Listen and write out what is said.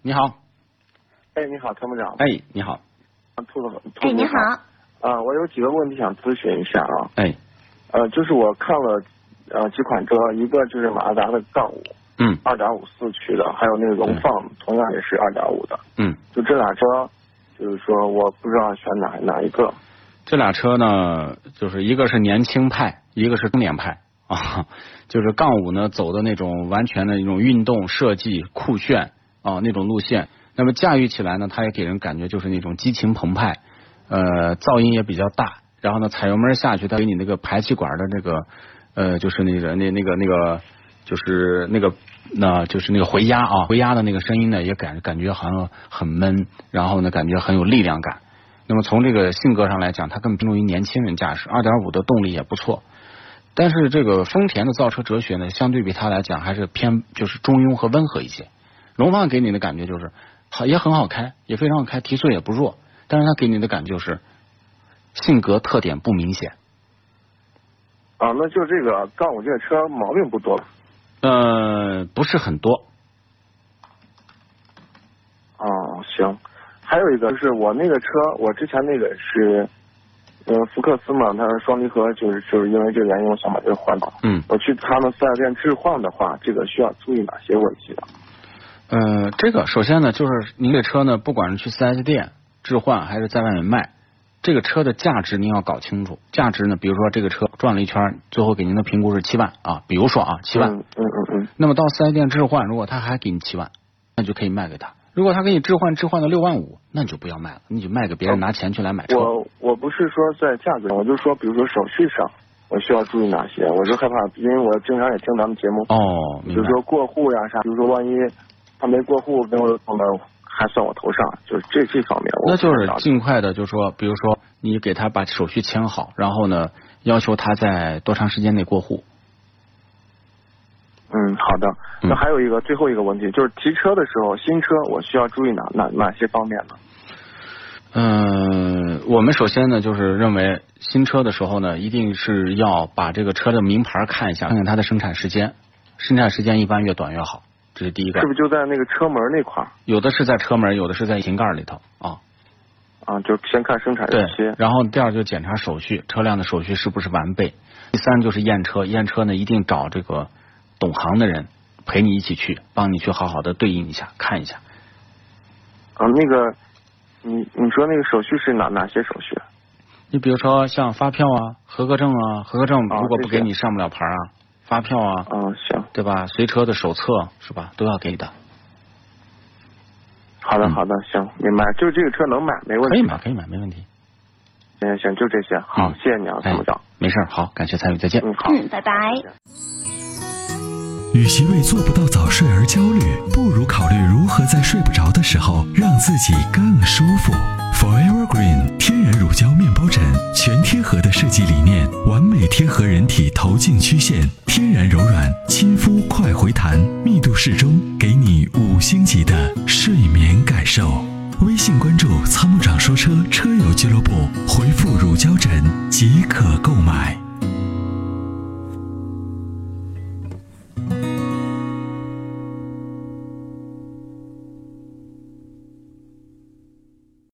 你好，哎，你好，参谋长。哎，你好，啊，兔子，兔哎，子你好。，啊，我有几个问题想咨询一下啊。哎，呃，就是我看了呃几款车，一个就是马自达的杠五，嗯二点五四驱的，还有那个荣嗯放，同样也是二点五的。嗯，就这俩车，就是说我不知道选哪哪一个。这俩车呢，就是一个是年轻派，一个是中年派啊，就是杠五呢走的那种完全的那种运动设计酷炫啊那种路线，那么驾驭起来呢，它也给人感觉就是那种激情澎湃，呃，噪音也比较大，然后呢踩油门下去，它给你那个排气管的那个呃就是那个那那个那个就是那个那就是那个回压啊回压的那个声音呢，也感感觉好像很闷，然后呢感觉很有力量感。那么从这个性格上来讲，它更偏重于年轻人驾驶。二点五的动力也不错，但是这个丰田的造车哲学呢，相对比它来讲还是偏就是中庸和温和一些。荣放给你的感觉就是好，也很好开，也非常好开，提速也不弱，但是它给你的感觉就是性格特点不明显。啊，那就这个杠五这个车毛病不多吧呃，不是很多，哦，行。还有一个就是我那个车，我之前那个是，呃，福克斯嘛，它是双离合，就是就是因为这个原因，我想把这个换掉。嗯。我去他们四 S 店置换的话，这个需要注意哪些问题呢？啊呃，这个首先呢，就是您这车呢，不管是去 4S 店置换还是在外面卖，这个车的价值您要搞清楚。价值呢，比如说这个车转了一圈，最后给您的评估是七万啊，比如说啊七万，嗯嗯嗯嗯。那么到 4S 店置换，如果他还给你七万，那就可以卖给他；如果他给你置换置换到六万五，那你就不要卖了，你就卖给别人拿钱去来买车。哦嗯我我不是说在价格上，我就说比如说手续上，我需要注意哪些？我就害怕，因为我经常也听咱们节目，哦，比明如白。说过户呀啥，比如说万一他没过户给我我们还算我头上，就是这这方面我那就不知是道尽快的，就是说，比如说你给他把手续签好，然后呢，要求他在多长时间内过户。嗯，好的。嗯那还有一个最后一个问题，就是提车的时候，新车我需要注意哪哪哪些方面呢？嗯，我们首先呢，就是认为新车的时候呢，一定是要把这个车的名牌看一下，看看它的生产时间。生产时间一般越短越好，这是第一个是不。是就在那个车门那块儿有的是在车门，有的是在引擎盖里头啊。啊？就先看生产日对期。，然后第二就检查手续，车辆的手续是不是完备。第三就是验车，验车呢一定找这个懂行的人陪你一起去，帮你去好好的对应一下，看一下。啊，那个，你你说那个手续是哪哪些手续？你比如说像发票啊、合格证啊，合格证啊如果不这些给你上不了牌啊，发票啊，啊，行，对吧？随车的手册是吧，都要给的，好的嗯好的，行，明白。就是这个车能买，没问可题以。买，可以买，没问题。行行，就这些。好，嗯谢谢你啊，参谋长。没事儿，好，感谢参与，再见。嗯，好。嗯，拜拜。与其为做不到早睡而焦虑，不如考虑如何在睡不着的时候让自己更舒服。Forever Green 天然乳胶面包枕，全贴合的设计理念，完美贴合人体头颈曲线，天然柔软，亲肤快回弹，密度适中，给你五星级的睡眠感受。微信关注“参谋长说车”车友俱乐部，回复“乳胶枕”即可购买。